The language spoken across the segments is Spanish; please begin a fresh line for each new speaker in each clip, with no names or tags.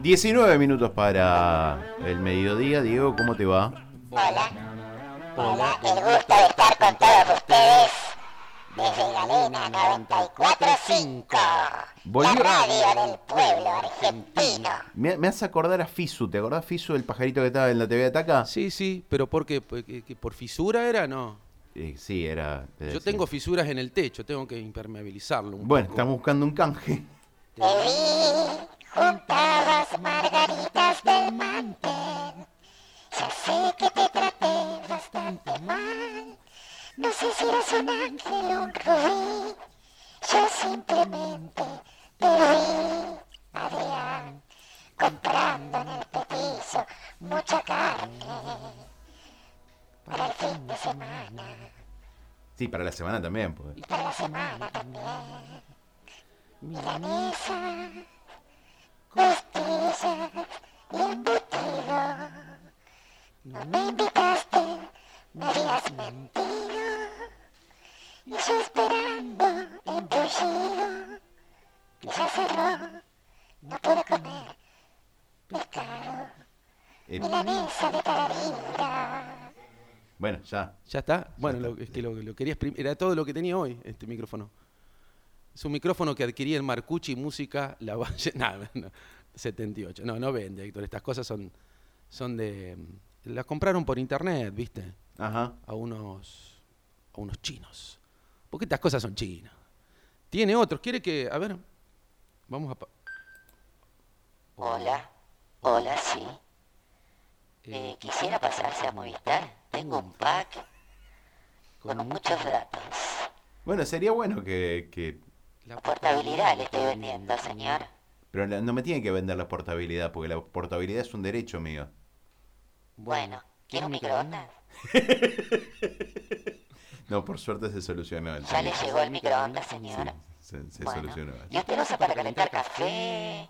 19 minutos para el mediodía. Diego, ¿cómo te va?
Hola. Hola, el gusto de estar con todos ustedes desde Galena 945. La
Volvió-
radio del pueblo argentino.
Me, me hace acordar a Fisu. ¿Te acordás, Fisu, del pajarito que estaba en la TV de Ataca?
Sí, sí, pero ¿por qué? ¿Por, qué- qué- por fisura era? No.
Eh, sí, era. era
Yo
así.
tengo fisuras en el techo, tengo que impermeabilizarlo un
Bueno,
poco.
estamos buscando un canje.
Te vi juntabas margaritas del mantel. Ya sé que te traté bastante mal. No sé si eres un ángel o un rubí. Yo simplemente te vi, Adrián, comprando en el petiso mucha carne para el fin de semana.
Sí, para la semana también. pues. porque-
Para la semana también. Milanesa, costillas y embutido. No me invitaste, me habías mentido. Y yo esperando, embullido. Y ya cerró, no pude comer pescado.
eh,
Milanesa de tararira.
bueno, ya.
¿Ya está? Bueno,
está,
lo, es que lo, lo quería exprim- Era todo lo que tenía hoy, este micrófono. Es un micrófono que adquirí en Marcucci Música La Valle. Nada, no, 78. No, no vende, Héctor. Estas cosas son, son de. mm, Las compraron por internet, ¿viste?
Ajá.
a unos, a unos chinos. Porque estas cosas son chinas. Tiene otros. Quiere que. A ver. Vamos a. pa-
Hola, hola, sí.
eh,
Eh, quisiera pasarse a Movistar. Tengo un pack con muchos datos.
Bueno, sería bueno que. que-
la
Portabilidad le estoy vendiendo, señor.
Pero la- no me tienen que vender la portabilidad, porque la portabilidad es un derecho mío.
Bueno, ¿quiere un microondas?
No, por suerte se solucionó el
Ya le
tema.
llegó el microondas, señor.
Se, se
Bueno,
solucionó.
¿y usted lo usa para calentar café?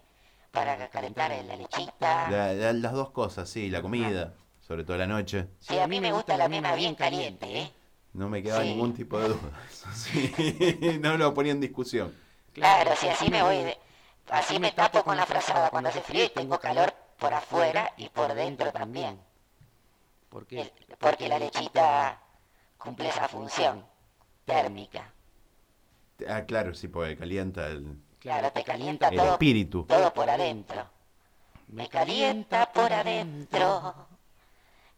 ¿Para calentar la lechita?
La- la- las dos cosas, sí, la comida, sobre todo la noche.
Sí, a mí me gusta la mema bien caliente, ¿eh?
No me quedaba
Sí.
ningún tipo de duda. Sí, no lo ponía en discusión.
Claro, si así me voy de... Así me tapo con la frazada cuando hace frío y tengo calor por afuera y por dentro también.
Porque
El- Porque la lechita cumple esa función térmica.
Ah, claro, sí, porque calienta el,
Claro, te calienta
el
todo,
espíritu.
todo por adentro. Me calienta por adentro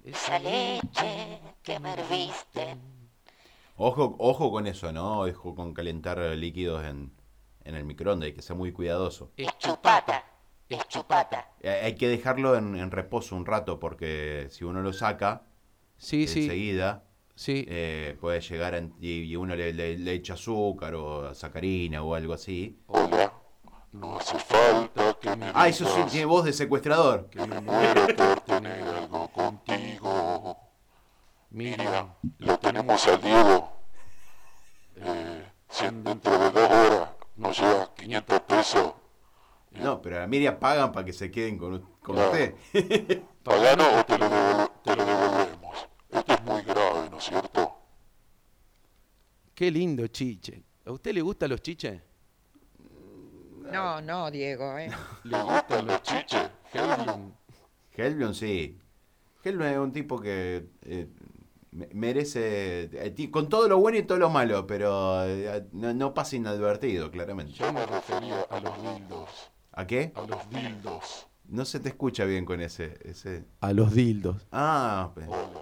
esa leche que me herviste.
Ojo, ojo con eso, ¿no? Ojo con calentar líquidos en, en el microondas, hay que ser muy cuidadoso.
Eh,
Es chupata, es chupata.
Eh, Hay que dejarlo en, en reposo un rato, porque si uno lo saca
Sí, sí.
enseguida,
Sí.
eh, puede llegar a en- y, y uno le, le- le echa azúcar o sacarina o algo así.
Hola, no hace falta que me
Ah, eso sí, tiene voz de secuestrador.
me muero por tener algo contigo. Miriam, lo tenemos a Diego. Eh, si en dentro de dos horas nos llevas 500 pesos,
No, pero a la Miriam pagan para que se queden con, u- con
Claro.
usted.
paganos o te lo, devol- te lo devolvemos. Esto es muy grave, ¿no es cierto?
Qué lindo chiche. ¿A usted le gustan los chiches?
No, no, Diego, eh.
¿Le gustan los chiches? Helmut?
Helblum sí. Helblum es un tipo que eh, me- merece, eh, ti- con todo lo bueno y todo lo malo, pero eh, no, no pasa inadvertido, claramente.
Yo me refería a los dildos.
¿A qué?
A los dildos.
No se te escucha bien con ese... ese...
A los dildos.
Ah, pues,
Hola.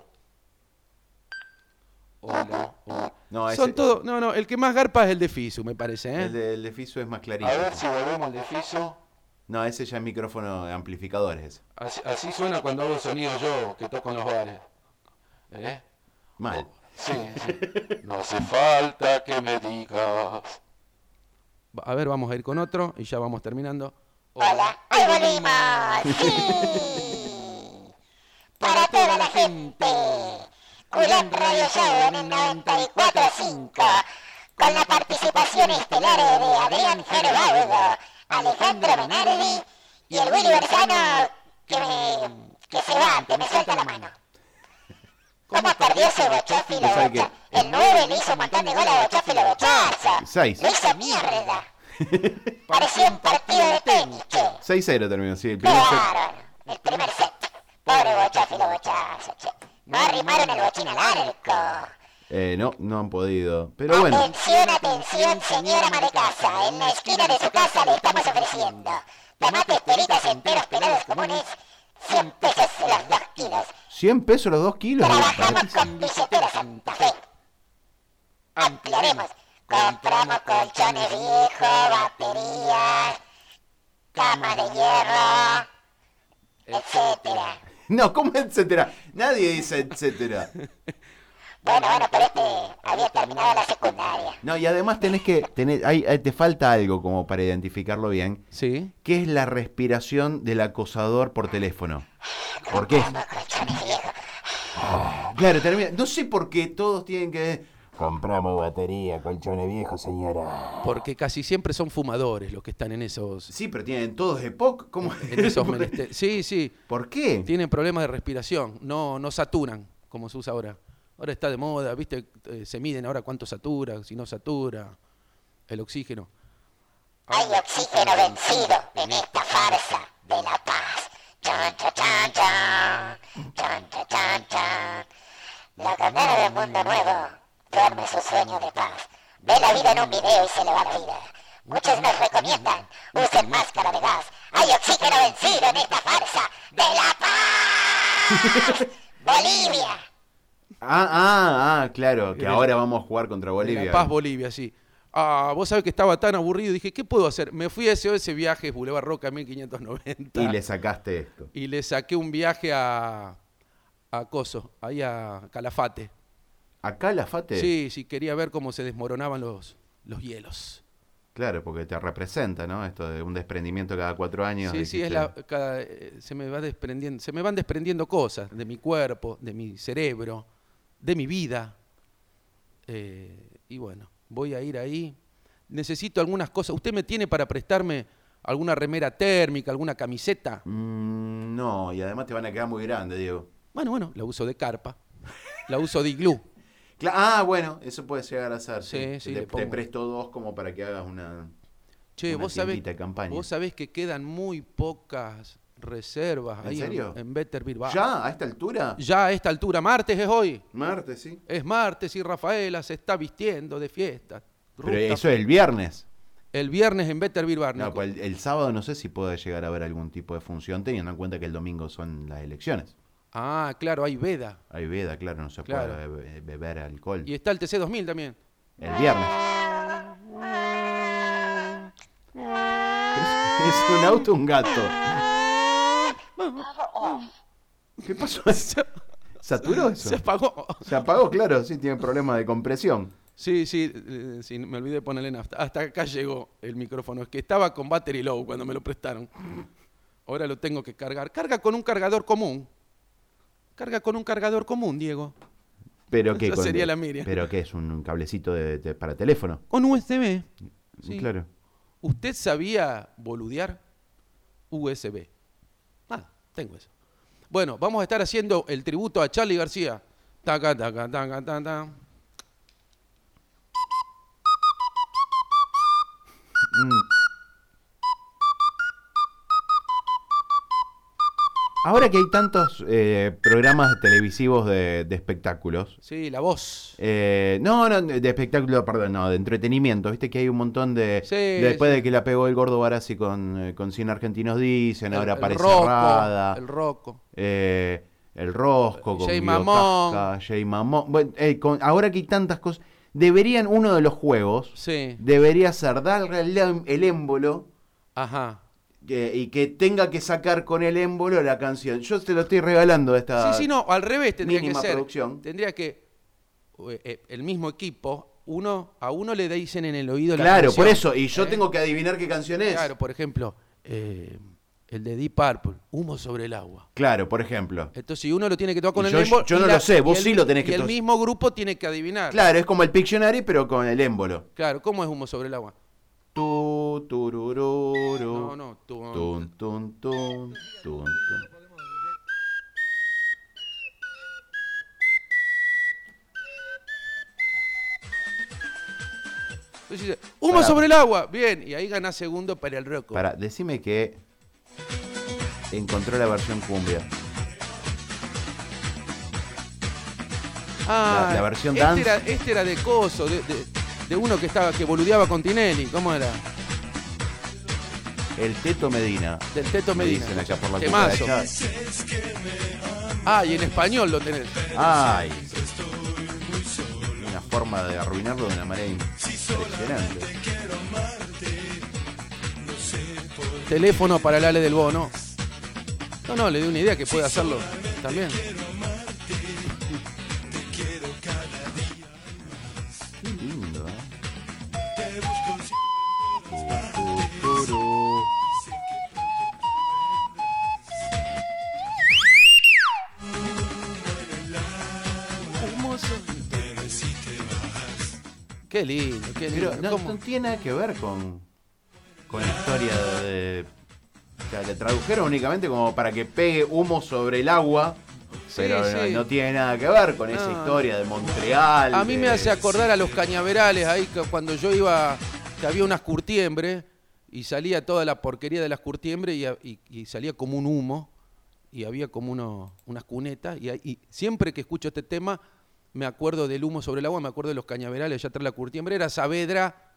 Hola. hola.
no, ese,
Son todos. No, no, el que más garpa es el de Fisu, me parece, ¿eh?
el de, el de Fiso es más
A ver
clarito.
si volvemos de fiso.
No, ese ya es micrófono amplificador, es ese.
Así, así suena cuando hago sonido yo, que toco en los bares. ¿Eh?
Mal.
Sí, sí. No hace falta que me digas.
Va- A ver, vamos a ir con otro y ya vamos terminando.
Hola, ahí volvimos. Sí. Para toda la gente. Culán Radio Show en el 945. Con la participación estelar de Adrián Gerbaudo, Alejandro Benardi y el Willy Berzano que, me- que se va, que me suelta la mano. ¿Cómo perdió su bochafi la
¿Sabe qué?
bocha? El 9 le hizo un montón de goles a bochafi la bochaza.
Seis.
Lo hizo mierda. Parecía un partido de tenis, che.
6-0 terminó, sí. El primer set.
Pegaron el primer set. Pobre bochazo y los bochazos, che. No arrimaron el bochín al arco.
Eh, no, no han podido. Pero bueno,
Atención, atención, señora ama de casa. En la esquina de su casa le estamos ofreciendo tomates, peritas enteros pelados comunes, 100 pesos los 2 kilos.
100 pesos los 2 kilos.
Trabajamos con billetera Santa Fe. Ampliaremos. Compramos colchones viejos, baterías, cama de hierro, etcétera.
No, ¿cómo etcétera? Nadie dice etcétera.
Bueno, bueno, pero este había terminado la secundaria.
No, y además tenés que. Tenés, hay- hay- te falta algo como para identificarlo bien.
Sí.
que es la respiración del acosador por teléfono. ¿Por qué? Oh, claro, termina. No sé por qué todos tienen que. Compramos batería, colchones viejos, señora.
Porque casi siempre son fumadores los que están en esos,
Sí, pero tienen todos EPOC. ¿Cómo?
en esos menesteres. Sí, sí.
¿Por qué?
Tienen problemas de respiración. No, no saturan, como se usa ahora. Ahora está de moda, ¿viste? Eh, se miden ahora cuánto satura, si no satura, el oxígeno.
Hay oxígeno vencido en esta farsa de la paz. Chan, chan, chan, chan. Chan, chan, chan, chan. La condena del mundo nuevo duerme su sueño de paz. Ve la vida en un video y se le va la vida. Muchos nos recomiendan, usen máscara de gas. Hay oxígeno vencido en esta farsa de la paz. Bolivia.
Ah, ah, ah, claro, que ahora vamos a jugar contra
De
Bolivia.
La Paz, Bolivia, sí. Ah, vos sabés que estaba tan aburrido. Dije, ¿qué puedo hacer? Me fui a ese Viajes, Boulevard Roca 1590.
y le sacaste esto.
y le saqué un viaje a, a Coso, ahí a Calafate.
Acá la FATE.
Sí, sí, quería ver cómo se desmoronaban los, los hielos.
Claro, porque te representa, ¿no? Esto de un desprendimiento cada cuatro años.
Sí, sí,
dijiste.
es la, cada- eh, se me va desprendiendo, se me van desprendiendo cosas de mi cuerpo, de mi cerebro, de mi vida. Eh, y bueno, voy a ir ahí. Necesito algunas cosas. ¿Usted me tiene para prestarme alguna remera térmica, alguna camiseta?
Mm, no, y además te van a quedar muy grande, Diego.
Bueno, bueno, la uso de carpa, la uso de iglú.
Cla- ah, bueno, eso puede llegar a ser.
Sí, sí,
te, te
le pongo.
presto dos como para que hagas una.
Che,
Una
vos sabés,
tiendita de campaña.
vos sabés que quedan muy pocas reservas
¿En
ahí
serio?
en, Betterville Bar.
¿Ya? ¿A esta altura?
Ya a esta altura, martes es hoy.
Martes, sí.
Es martes y Rafaela se está vistiendo de fiesta.
Pero
Ruta.
eso es el viernes.
El viernes en Betterville Bar.
No,
Nico.
pues el, el sábado no sé si puede llegar a haber algún tipo de función, teniendo en cuenta que el domingo son las elecciones.
Ah, claro, hay veda.
Hay veda, claro, no se
Claro.
puede be- beber alcohol.
Y está el TC2000 también.
El viernes. Es, es un auto, un gato. ¿Qué pasó? ¿Saturó eso?
Se apagó.
Se apagó, claro, sí, tiene problemas de compresión.
Sí, sí, eh, sí, me olvidé de ponerle nafta. Hasta acá llegó el micrófono. Es que estaba con battery low cuando me lo prestaron. Ahora lo tengo que cargar. Carga con un cargador común. Carga con un cargador común, Diego.
Pero que
Esa sería la Miriam.
Pero que es un cablecito de- de- para teléfono.
Con USB. Sí.
Mm, Claro.
¿Usted sabía boludear? USB. Nada, tengo eso. Bueno, vamos a estar haciendo el tributo a Charlie García. Taca, taca, taca, taca, taca.
Mm. Ahora que hay tantos eh, programas televisivos de, de espectáculos.
Sí, la voz.
eh, no, no, de espectáculo, perdón, no, de entretenimiento. Viste que hay un montón de.
Sí,
después
sí.
de que la pegó el gordo Barassi con, eh, con 100 argentinos dicen, ahora aparece
roco,
Rada.
El roco.
eh, el Rosco, con
Jay
Guido
Mamón.
Casca, Jay Mamón. Bueno, eh, con- ahora que hay tantas cosas, deberían uno de los juegos
Sí.
debería ser darle el, em- el émbolo
Ajá.
que- y que tenga que sacar con el émbolo la canción. Yo te lo estoy regalando esta.
Sí, sí, no, al revés tendría que
Ah, mínima
ser.
producción.
Tendría que eh, eh, el mismo equipo, uno a uno le dicen en el oído la
Claro, por
canción. ¿Eh?
eso. Y yo tengo que adivinar qué canción es.
Claro, por ejemplo, eh, el de Deep Purple, Humo sobre el agua.
Claro, por ejemplo.
Entonces, si uno lo tiene que tocar con
Y
el
yo-
mismo.
yo
y
no lo sé, vos
y el-
sí lo tenés que
y El
to-
mismo grupo tiene que adivinar. Claro.
Claro, es como el Pictionary, pero con el émbolo.
¿cómo es humo sobre el agua?
Tu, turururu.
No, no, tú.
Tun, tun, tun, tun, tun.
Entonces dice, humo Vamos
Pará.
sobre el agua. Bien, y ahí ganás segundo para el roco.
Para, decime que encontró la versión cumbia.
Ah,
la- la versión
este
dance.
Era, este era de coso, de, de- de uno que estaba que boludeaba con Tinelli. ¿Cómo era?
El Teto Medina.
Del Teto
Me
Medina.
dicen acá por la culpa de
Temazo.
allá.
Ah, y en español lo tenés.
Ay. Una forma de arruinarlo de una manera impresionante.
Teléfono para el Ale del Bono. No, no, le di una idea que puede hacerlo también.
Qué lindo, ¿eh? Tucurú.
Qué lindo, qué lindo.
Pero no,
¿Cómo?
no tiene nada que ver con, con la historia de. O sea, le tradujeron únicamente como para que pegue humo sobre el agua.
Sí,
Pero no,
sí.
no tiene nada que ver con esa
No.
historia de Montreal.
A mí me
de-
hace acordar a los cañaverales ahí que cuando yo iba, que había unas curtiembres y salía toda la porquería de las curtiembres y, a- y- y salía como un humo y había como uno- unas cunetas y, ahí- y siempre que escucho este tema me acuerdo del humo sobre el agua, me acuerdo de los cañaverales ya atrás de la curtiembre, era Saavedra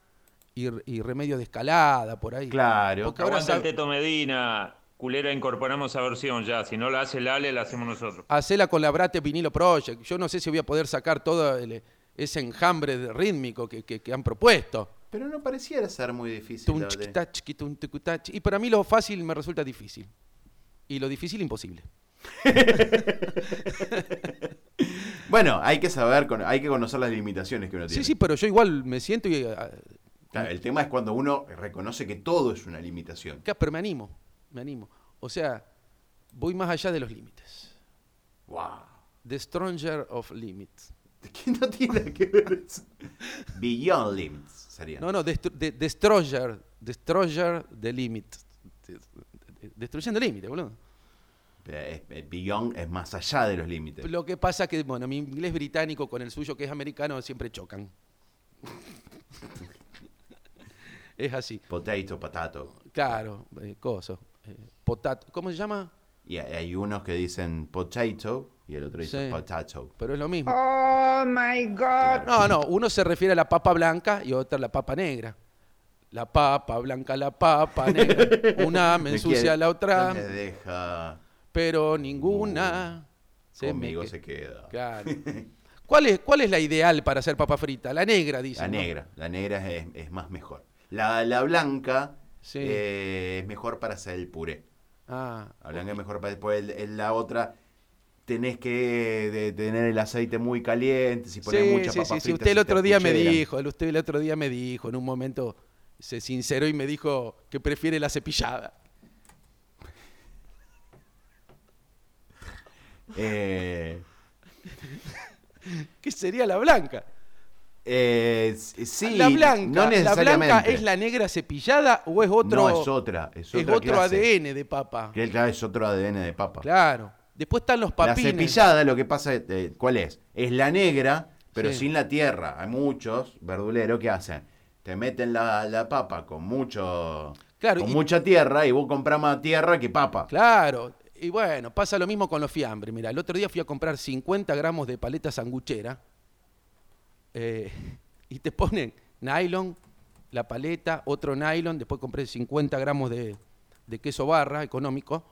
y, y Remedio de Escalada por ahí.
Claro.
Porque ahora
Aguanta el
Sa-
Teto Medina. Culera, incorporamos esa versión ya. Si no la hace el Ale, la hacemos nosotros.
hacela con la Brate Vinilo Project. Yo no sé si voy a poder sacar todo el- ese enjambre de- rítmico que- que- que han propuesto.
Pero no pareciera ser muy difícil.
Tum,
la verdad.
chiquitá, chiquitún, tucutá, chi- Y para mí lo fácil me resulta difícil. Y lo difícil imposible.
Bueno, hay que saber, con- hay que conocer las limitaciones que uno tiene.
Sí, sí, pero yo igual me siento y... ah,
Claro, el tema es cuando uno reconoce que todo es una limitación.
acá, Pero me animo, me animo. O sea, voy más allá de los límites.
¡Wow!
The Stronger of Limits.
¿Qué no tiene nada que ver eso? Beyond Limits sería.
No, no, destru- de- Destroyer. Destroyer de Limits. De- de- Destruyendo límites, boludo.
Eh, eh, Beyond es más allá de los límites.
Lo que pasa que, bueno, mi inglés británico con el suyo que es americano siempre chocan. es así.
Potato, patato.
Claro, eh, coso. eh, potato. ¿Cómo se llama?
Y hay- hay unos que dicen potato y el otro dice
Sí.
potato.
Pero es lo mismo.
Oh my God.
No, no, uno se refiere a la papa blanca y otra a la papa negra. La papa blanca, la papa negra. Una me ensucia
quiere-
a la
No me
otra,
deja.
pero ninguna se
conmigo
me que-
se queda.
Claro. ¿Cuál es, ¿Cuál es la ideal para hacer papa frita? La negra, dice.
La negra. La negra es, es más mejor. La, la blanca
Sí.
eh, es mejor para hacer el puré.
Ah,
La blanca es mejor para después. el- el- la otra tenés que de- tener el aceite muy caliente. Si pones
sí,
mucha
sí,
papa
sí, sí.
frita,
Usted el
se te
otro día me
acucheran.
dijo, el- usted el otro día me dijo, en un momento se sinceró y me dijo que prefiere la cepillada.
Eh,
¿Qué sería la blanca?
eh, s- sí,
la blanca,
no
¿la
necesariamente.
blanca es la negra cepillada o es otro,
No, es otra. Es,
es
otra
otro
clase.
ADN de papa?
Que Claro, es otro ADN de papa.
Claro. Después están los papines.
La cepillada, lo que pasa, es, eh, ¿cuál es? Es la negra, pero
Sí.
sin la tierra. Hay muchos verduleros que hacen. Te meten la, la papa con mucho
Claro,
con
y-
mucha tierra y vos comprás más tierra que papa.
Claro. Y bueno, pasa lo mismo con los fiambres. Mira, el otro día fui a comprar 50 gramos de paleta sanguchera eh, y te ponen nylon, la paleta, otro nylon, después compré 50 gramos de, de queso barra económico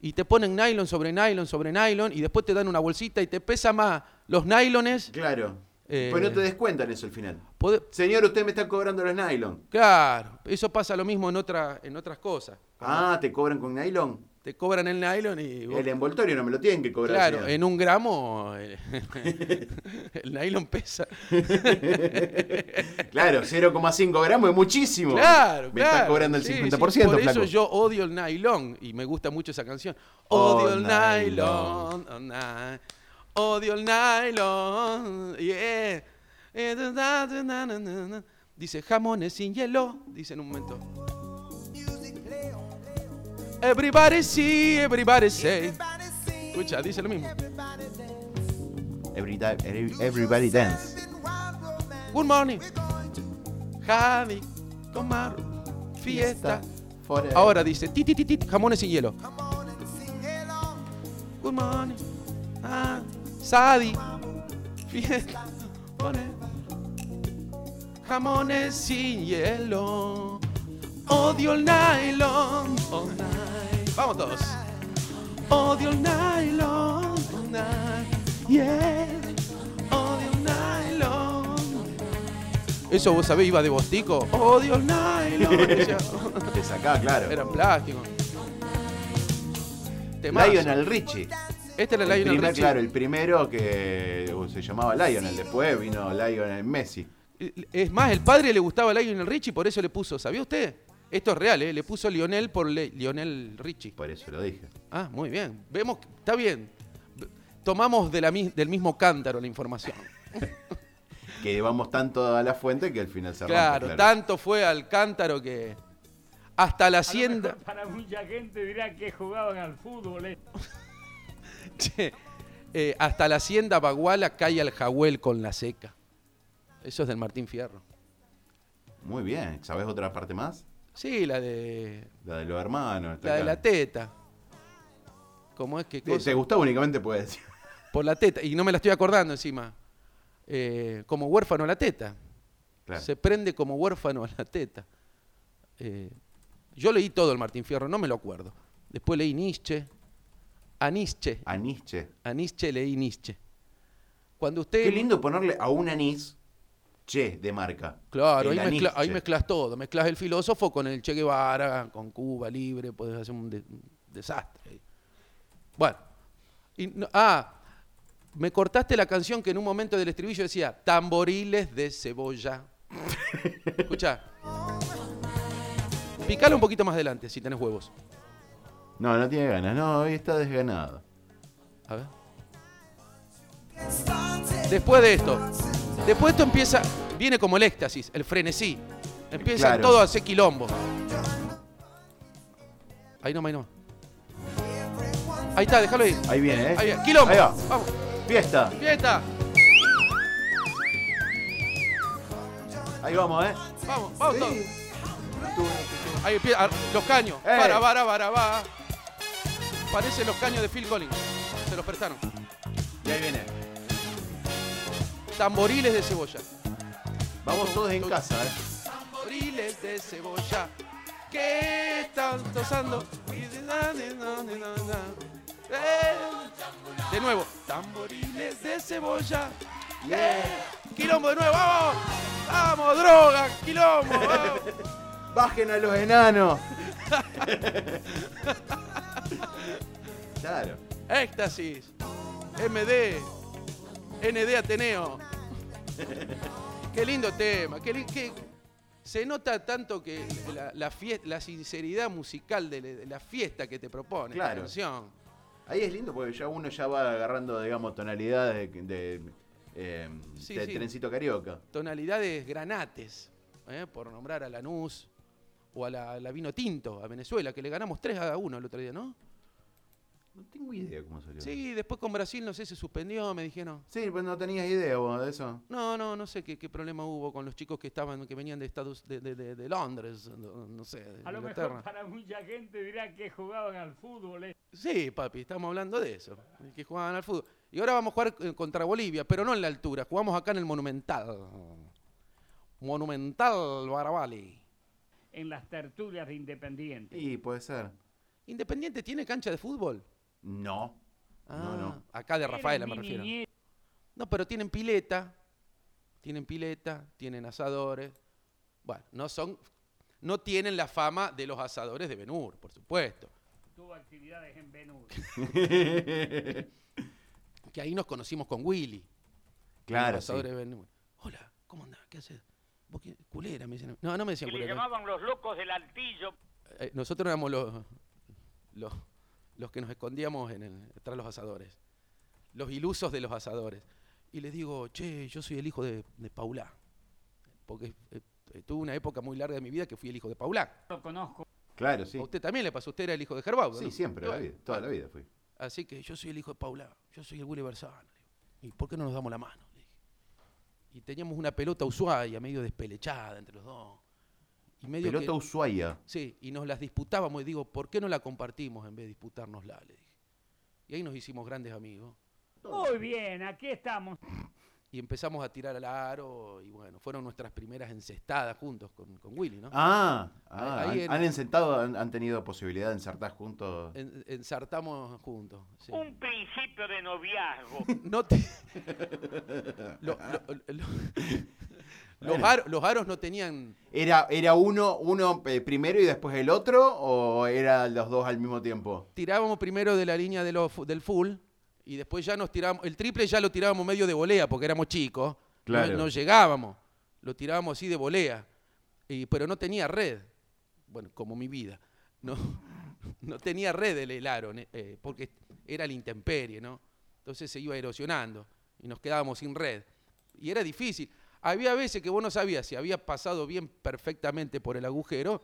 y te ponen nylon sobre nylon sobre nylon y después te dan una bolsita y te pesa más los nylones.
Claro.
Eh.
Pues no te descuentan eso al final.
Pode-
Señor, usted me está cobrando los nylon.
Claro, eso pasa lo mismo en, otra, en otras cosas.
Ah, ¿te cobran con nylon?
Te cobran el nylon y vos-
El envoltorio no me lo tienen que cobrar.
Claro, eh,
señor.
en un gramo eh, el nylon pesa.
Claro, 0,5 gramos es muchísimo.
Eh, Claro,
Me
claro.
estás cobrando el
sí,
50%,
sí, Por eso
flaco.
yo odio el nylon y me gusta mucho esa canción.
Oh,
Odio el
nylon.
nylon. oh, ni- Odio el nylon. Yeah. Eh, da, da, da, na, na, na, na. Dice jamones sin hielo. Dice en un momento. Everybody see, everybody say. Escucha, dice lo mismo.
Every time- every- everybody dance.
Good morning. Javi, tomar fiesta.
Forever.
Ahora dice, ti, ti, ti, ti, jamones sin hielo. Good morning. Ah, Sadi. Fiesta. forever. Jamones sin hielo. Odio el nylon. all night. Vamos todos. Odio el nylon. all night. Yeah. Odio el nylon. Eso vos sabés, iba de bostico. Odio el nylon. Decía,
Te sacaba, claro.
Eran plástico. Temazo.
Lionel Richie.
Este era
El
el Lionel
primer,
Richie.
Claro, el primero que uh, se llamaba Lionel. Después vino Lionel Messi.
Es más, el padre le gustaba Lionel Richie, por eso le puso, ¿sabía usted? Esto es real, ¿eh? Le puso Lionel por Le- Lionel Richie.
Por eso lo dije.
Ah, muy bien. Vemos, que- está bien. B- Tomamos de la mi- del mismo cántaro la información.
Que vamos tanto a la fuente que al final se rompe,
claro, tanto fue al cántaro que hasta la hacienda...
Para mucha gente dirá que jugaban al fútbol. eh.
Che, eh, hasta la hacienda Baguala cae al jahuel con la seca. Eso es del Martín Fierro.
Muy bien. ¿Sabés otra parte más?
Sí, la de
La de los hermanos. está
La de
acá. Eh,
la teta. ¿Cómo es que
Te,
cosa?
te gustaba únicamente puedes decir.
Por la teta. Y no me la estoy acordando encima. Eh, como huérfano a la teta.
Claro.
Se prende como huérfano a la teta. Eh, yo leí todo el Martín Fierro, no me lo acuerdo. Después leí Nietzsche. A Nietzsche.
A Nietzsche.
A Nietzsche leí Nietzsche. Cuando usted.
Qué lindo ponerle a un anís che de marca.
Claro, ahí,
El
mezcla- ahí
anische.
mezclas todo. Mezclas el filósofo con el Che Guevara, con Cuba Libre, podés hacer un, de- un desastre. Bueno. y no- ah, me cortaste la canción que en un momento del estribillo decía tamboriles de cebolla. Escucha. Picala un poquito más adelante si tenés huevos.
No, no tiene ganas. No, hoy está desganado.
A ver. Después de esto, después esto empieza, viene como el éxtasis, el frenesí. Empieza
Claro.
todo a hacer quilombo. Ahí nomás, ahí nomás. Ahí está, déjalo ir.
Ahí viene, ¿eh?
Ahí viene, quilombo.
Ahí va.
Vamos,
Fiesta.
fiesta.
Ahí vamos, ¿eh?
Vamos, vamos todos. Ahí empieza, ar- los caños.
¡Eh!
Para, para, para, va. Parecen los caños de Phil Collins. Se los prestaron.
Y ahí viene.
Tamboriles de cebolla.
Vamos todos en casa, ¿eh?
Tamboriles de cebolla que están tosando. Y de na, de na, de na, na. Eh, De nuevo, tamboriles de cebolla. Eh, Quilombo de nuevo, vamos. Vamos, droga, quilombo. vamos.
¡Bajen a los enanos! claro.
Éxtasis, MD, ND Ateneo. qué lindo tema. qué li- qué- se nota tanto que la, la fie- la sinceridad musical de, la- de la fiesta que te propone la
Claro.
canción.
Ahí es lindo porque ya uno ya va agarrando, digamos, tonalidades de, de, eh,
Sí,
de
sí.
trencito carioca.
Tonalidades granates, ¿eh? por nombrar a Lanús o a la, a la Vino Tinto, a Venezuela, que le ganamos 3 a 1 el otro día, ¿no?
No tengo idea cómo salió.
Sí, después con Brasil, no sé, se suspendió, me dijeron.
Sí, pues no tenías idea vos de eso.
No, no, no sé qué, qué problema hubo con los chicos que estaban, que venían de Estados, de, de- de- de Londres, no, no sé, de
A lo
Inglaterra.
mejor para mucha gente dirá que jugaban al fútbol. eh.
Sí, papi, estamos hablando de eso, de que jugaban al fútbol. Y ahora vamos a jugar eh, contra Bolivia, pero no en la altura, jugamos acá en el Monumental. Monumental Barabali.
En las tertulias de Independiente.
Y puede ser.
Independiente tiene cancha de fútbol.
No. No, no.
Acá de
Era
Rafaela me
mi
refiero.
niñez.
No, pero tienen pileta, tienen pileta, tienen asadores. Bueno, no son, no tienen la fama de los asadores de Benur, por supuesto.
Tuvo actividades en Benur.
Que ahí nos conocimos con Willy.
Claro,
Los asadores
sí.
de Benur. Hola, ¿cómo andás? ¿Qué haces? ¿Vos qué? Culera, me dicen. No, no me decían culera.
los locos del altillo.
Eh, nosotros éramos los, los, los que nos escondíamos en el- tras los asadores, los ilusos de los asadores. Y les digo, che, yo soy el hijo de, de Paulá, porque eh, eh, tuve una época muy larga de mi vida que fui el hijo de Paulá.
Lo conozco.
Claro, sí.
A usted también le pasó, usted era el hijo de Gerbaudo.
Sí,
¿no?
siempre,
Y
la
bueno,
vida, toda la vida fui.
Así que yo soy el hijo de Paula, yo soy el Willy Bersano. le digo. ¿Y por qué no nos damos la mano? Le dije. Y teníamos una pelota Ushuaia medio despelechada entre los dos. Y medio
Pelota
que-
Ushuaia.
Sí, y nos las disputábamos. Y digo, ¿por qué no la compartimos en vez de disputárnosla? Le dije. Y ahí nos hicimos grandes amigos.
Muy bien, aquí estamos.
Y empezamos a tirar al aro. Y bueno, fueron nuestras primeras encestadas juntos con, con Willy, ¿no?
Ah, ah,
Ahí
han,
en-
han ensentado, han, han tenido posibilidad de ensartar juntos.
En- ensartamos juntos. sí.
Un principio de noviazgo.
No te- Lo- lo- lo- lo- los, aro- los aros no tenían.
¿Era, era uno, uno eh, primero y después el otro? ¿O eran los dos al mismo tiempo?
Tirábamos primero de la línea de los fu- del full y después ya nos tirábamos. El triple ya lo tirábamos medio de volea porque éramos chicos. No-
Claro.
No, llegábamos. Lo tirábamos así de volea. Y, pero no tenía red. Bueno, como mi vida. No, no tenía red el, el aro ne- eh, porque era la intemperie, ¿no? Entonces se iba erosionando y nos quedábamos sin red. Y era difícil. Había veces que vos no sabías si había pasado bien perfectamente por el agujero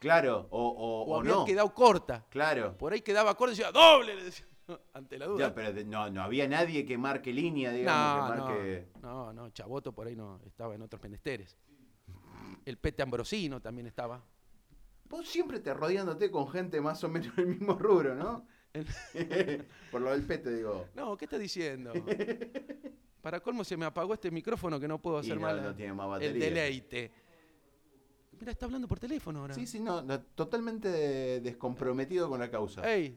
Claro, o, o-
o,
o
había
no.
quedado corta.
Claro.
Por ahí quedaba corto y decía, doble, le decía, ante la duda.
Ya, pero de- no, no había nadie que marque línea, digamos,
no,
que
no,
marque.
no, no, Chaboto por ahí no estaba en otros menesteres. El Pete Ambrosino también estaba.
Vos siempre te rodeándote con gente más o menos del mismo rubro, ¿no?
El-
Por lo del pete, digo.
No, ¿qué estás diciendo? Para colmo se me apagó este micrófono que no puedo
Y
hacer
no-
mal.
no tiene más
el
batería.
deleite. Mira, está hablando por teléfono ahora.
Sí, sí, no, no, totalmente descomprometido con la causa.
Ey,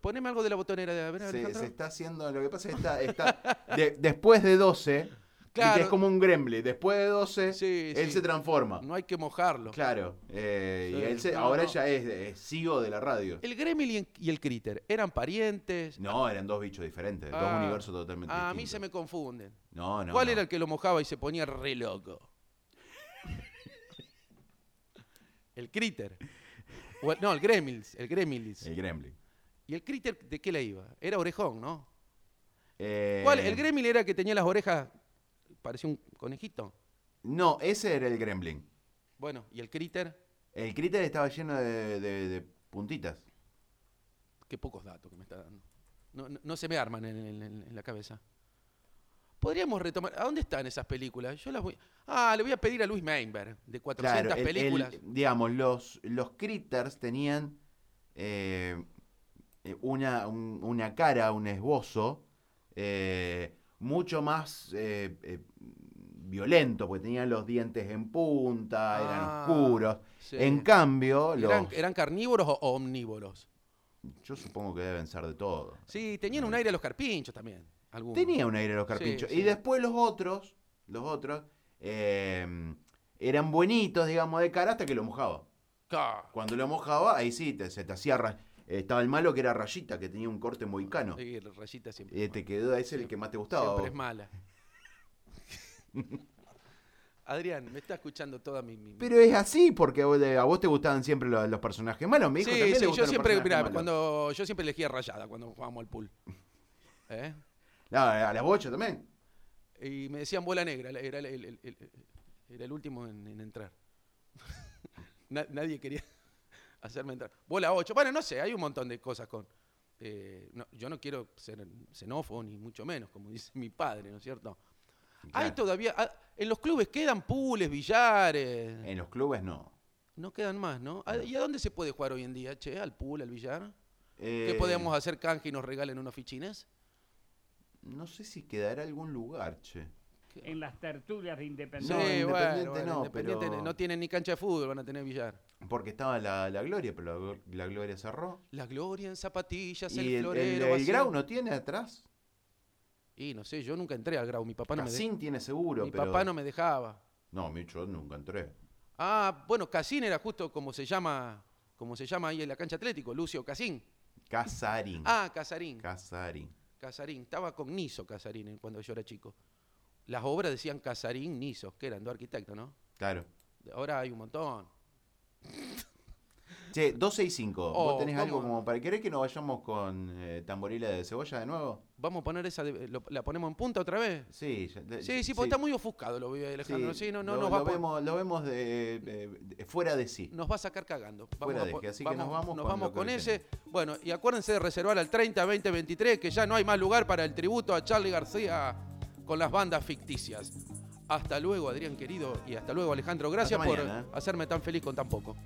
poneme algo de la botonera de a ver,
se,
Alejandro.
se está haciendo, lo que pasa es que está, está de- después de 12,
Claro.
que es como un gremlin, después de 12,
Sí,
él
sí.
se transforma.
No hay que mojarlo.
Claro, eh,
Sí,
y él se-
no,
ahora
no.
ya es, es sigo de la radio.
El Gremlin y el Critter eran parientes.
No, eran dos bichos diferentes,
Ah,
dos universos totalmente
A mí
distintos.
se me confunden.
No, no.
¿Cuál
no.
era el que lo mojaba y se ponía re loco? el Critter. O el- no, el Gremlins. El Gremlins.
El Gremlin.
¿Y el Critter de qué le iba? Era orejón, ¿no?
Eh,
¿Cuál? ¿El Gremlin era el que tenía las orejas? Parecía un conejito.
No, ese era el Gremlin.
Bueno, ¿y el Critter?
El Critter estaba lleno de, de- de puntitas.
Qué pocos datos que me está dando. No, no- no se me arman en, en- en- en la cabeza. Podríamos retomar. ¿A dónde están esas películas? Yo las voy. Ah, le voy a pedir a Luis Meinberg, de 400
el- el-
películas.
digamos, los, los Critters tenían eh, eh, una, un- una cara, un esbozo eh, mucho más eh, eh, violento, porque tenían los dientes en punta,
Ah,
eran oscuros.
sí.
En cambio, los,
¿Eran, eran carnívoros o o omnívoros?
yo supongo que deben ser de todo.
Sí, tenían un aire a los carpinchos también. algunos.
Tenía un aire los carpinchos.
Sí,
Y
sí.
después los otros, los otros, eh, eran buenitos, digamos, de cara hasta que lo mojaba.
Ca-
Cuando lo mojaba, ahí sí, te, se te hacía... ra- eh, Estaba el malo que era Rayita, que tenía un corte mohicano.
Sí, la rayita siempre.
Eh,
es
te
mala.
quedó ese el que más te gustaba.
Siempre es
vos.
mala. Adrián, me está escuchando toda mi. mi-
Pero es así, porque a vos- a vos te gustaban siempre lo- los, personajes malos. Mi hijo
sí,
también le
sí,
gustan
yo
los
siempre,
personajes
mirá,
malos.
cuando yo siempre elegía rayada cuando jugábamos al pool. ¿Eh?
No, a las bochas también.
Y me decían bola negra, la- era el, el- el- el- era el último en, en entrar. Na- nadie quería hacerme entrar. Bola 8, bueno, no sé, hay un montón de cosas con... eh, no, yo no quiero ser xenófobo, ni mucho menos, como dice mi padre, ¿no es cierto? Hay
Claro.
todavía, ah, en los clubes quedan pules, billares,
En los clubes no.
no quedan más, ¿no? Ah, ¿Y a dónde se puede jugar hoy en día, che? ¿Al pool, al billar? ¿Qué
Eh,
podemos hacer canje y nos regalen unos fichines?
No sé si quedará algún lugar, che.
En las tertulias de
Sí,
Independiente.
No, Independiente no,
Independiente
pero-
no tienen ni cancha de fútbol, van a tener billar.
Porque estaba la, la Gloria, pero la, la Gloria cerró.
La gloria en zapatillas,
¿Y
el
el, el-
florero.
el
vacío.
Grau no tiene atrás?
Y no sé, yo nunca entré al grau. Mi papá no me, de-
Casín tiene seguro,
mi
pero...
papá no me dejaba.
No, mi- yo nunca entré.
Ah, bueno, Casín era justo como se llama, como se llama ahí en la cancha atlético, Lucio Casín.
Casarín.
Ah, Casarín.
Casarín.
Casarín. Estaba con Niso Casarín eh, cuando yo era chico. Las obras decían Casarín, Niso, que eran dos arquitectos, ¿no?
Claro.
Ahora hay un montón.
Che, 12 y 5.
Oh,
¿Vos tenés algo
¿cómo?
como para... ¿Querés que nos vayamos con eh, tamborila de cebolla de nuevo?
Vamos a poner esa, de- eh, lo- la ponemos en punta otra vez.
Sí. ya- de-
Sí, sí, porque está muy ofuscado lo veo Alejandro. Sí, no, no,
lo,
nos, va a
lo
po-
vemos, lo vemos de, eh, de- fuera de sí.
nos va a sacar cagando.
Fuera de
po-
que, así que nos vamos con lo que
con
viene.
ese. Bueno, y acuérdense de reservar al 30 20 23 que ya no hay más lugar para el tributo a Charlie García con las bandas ficticias. Hasta luego, Adrián querido, y hasta luego, Alejandro. Gracias
Hasta
por
mañana. ¿eh?
hacerme tan feliz con tan poco.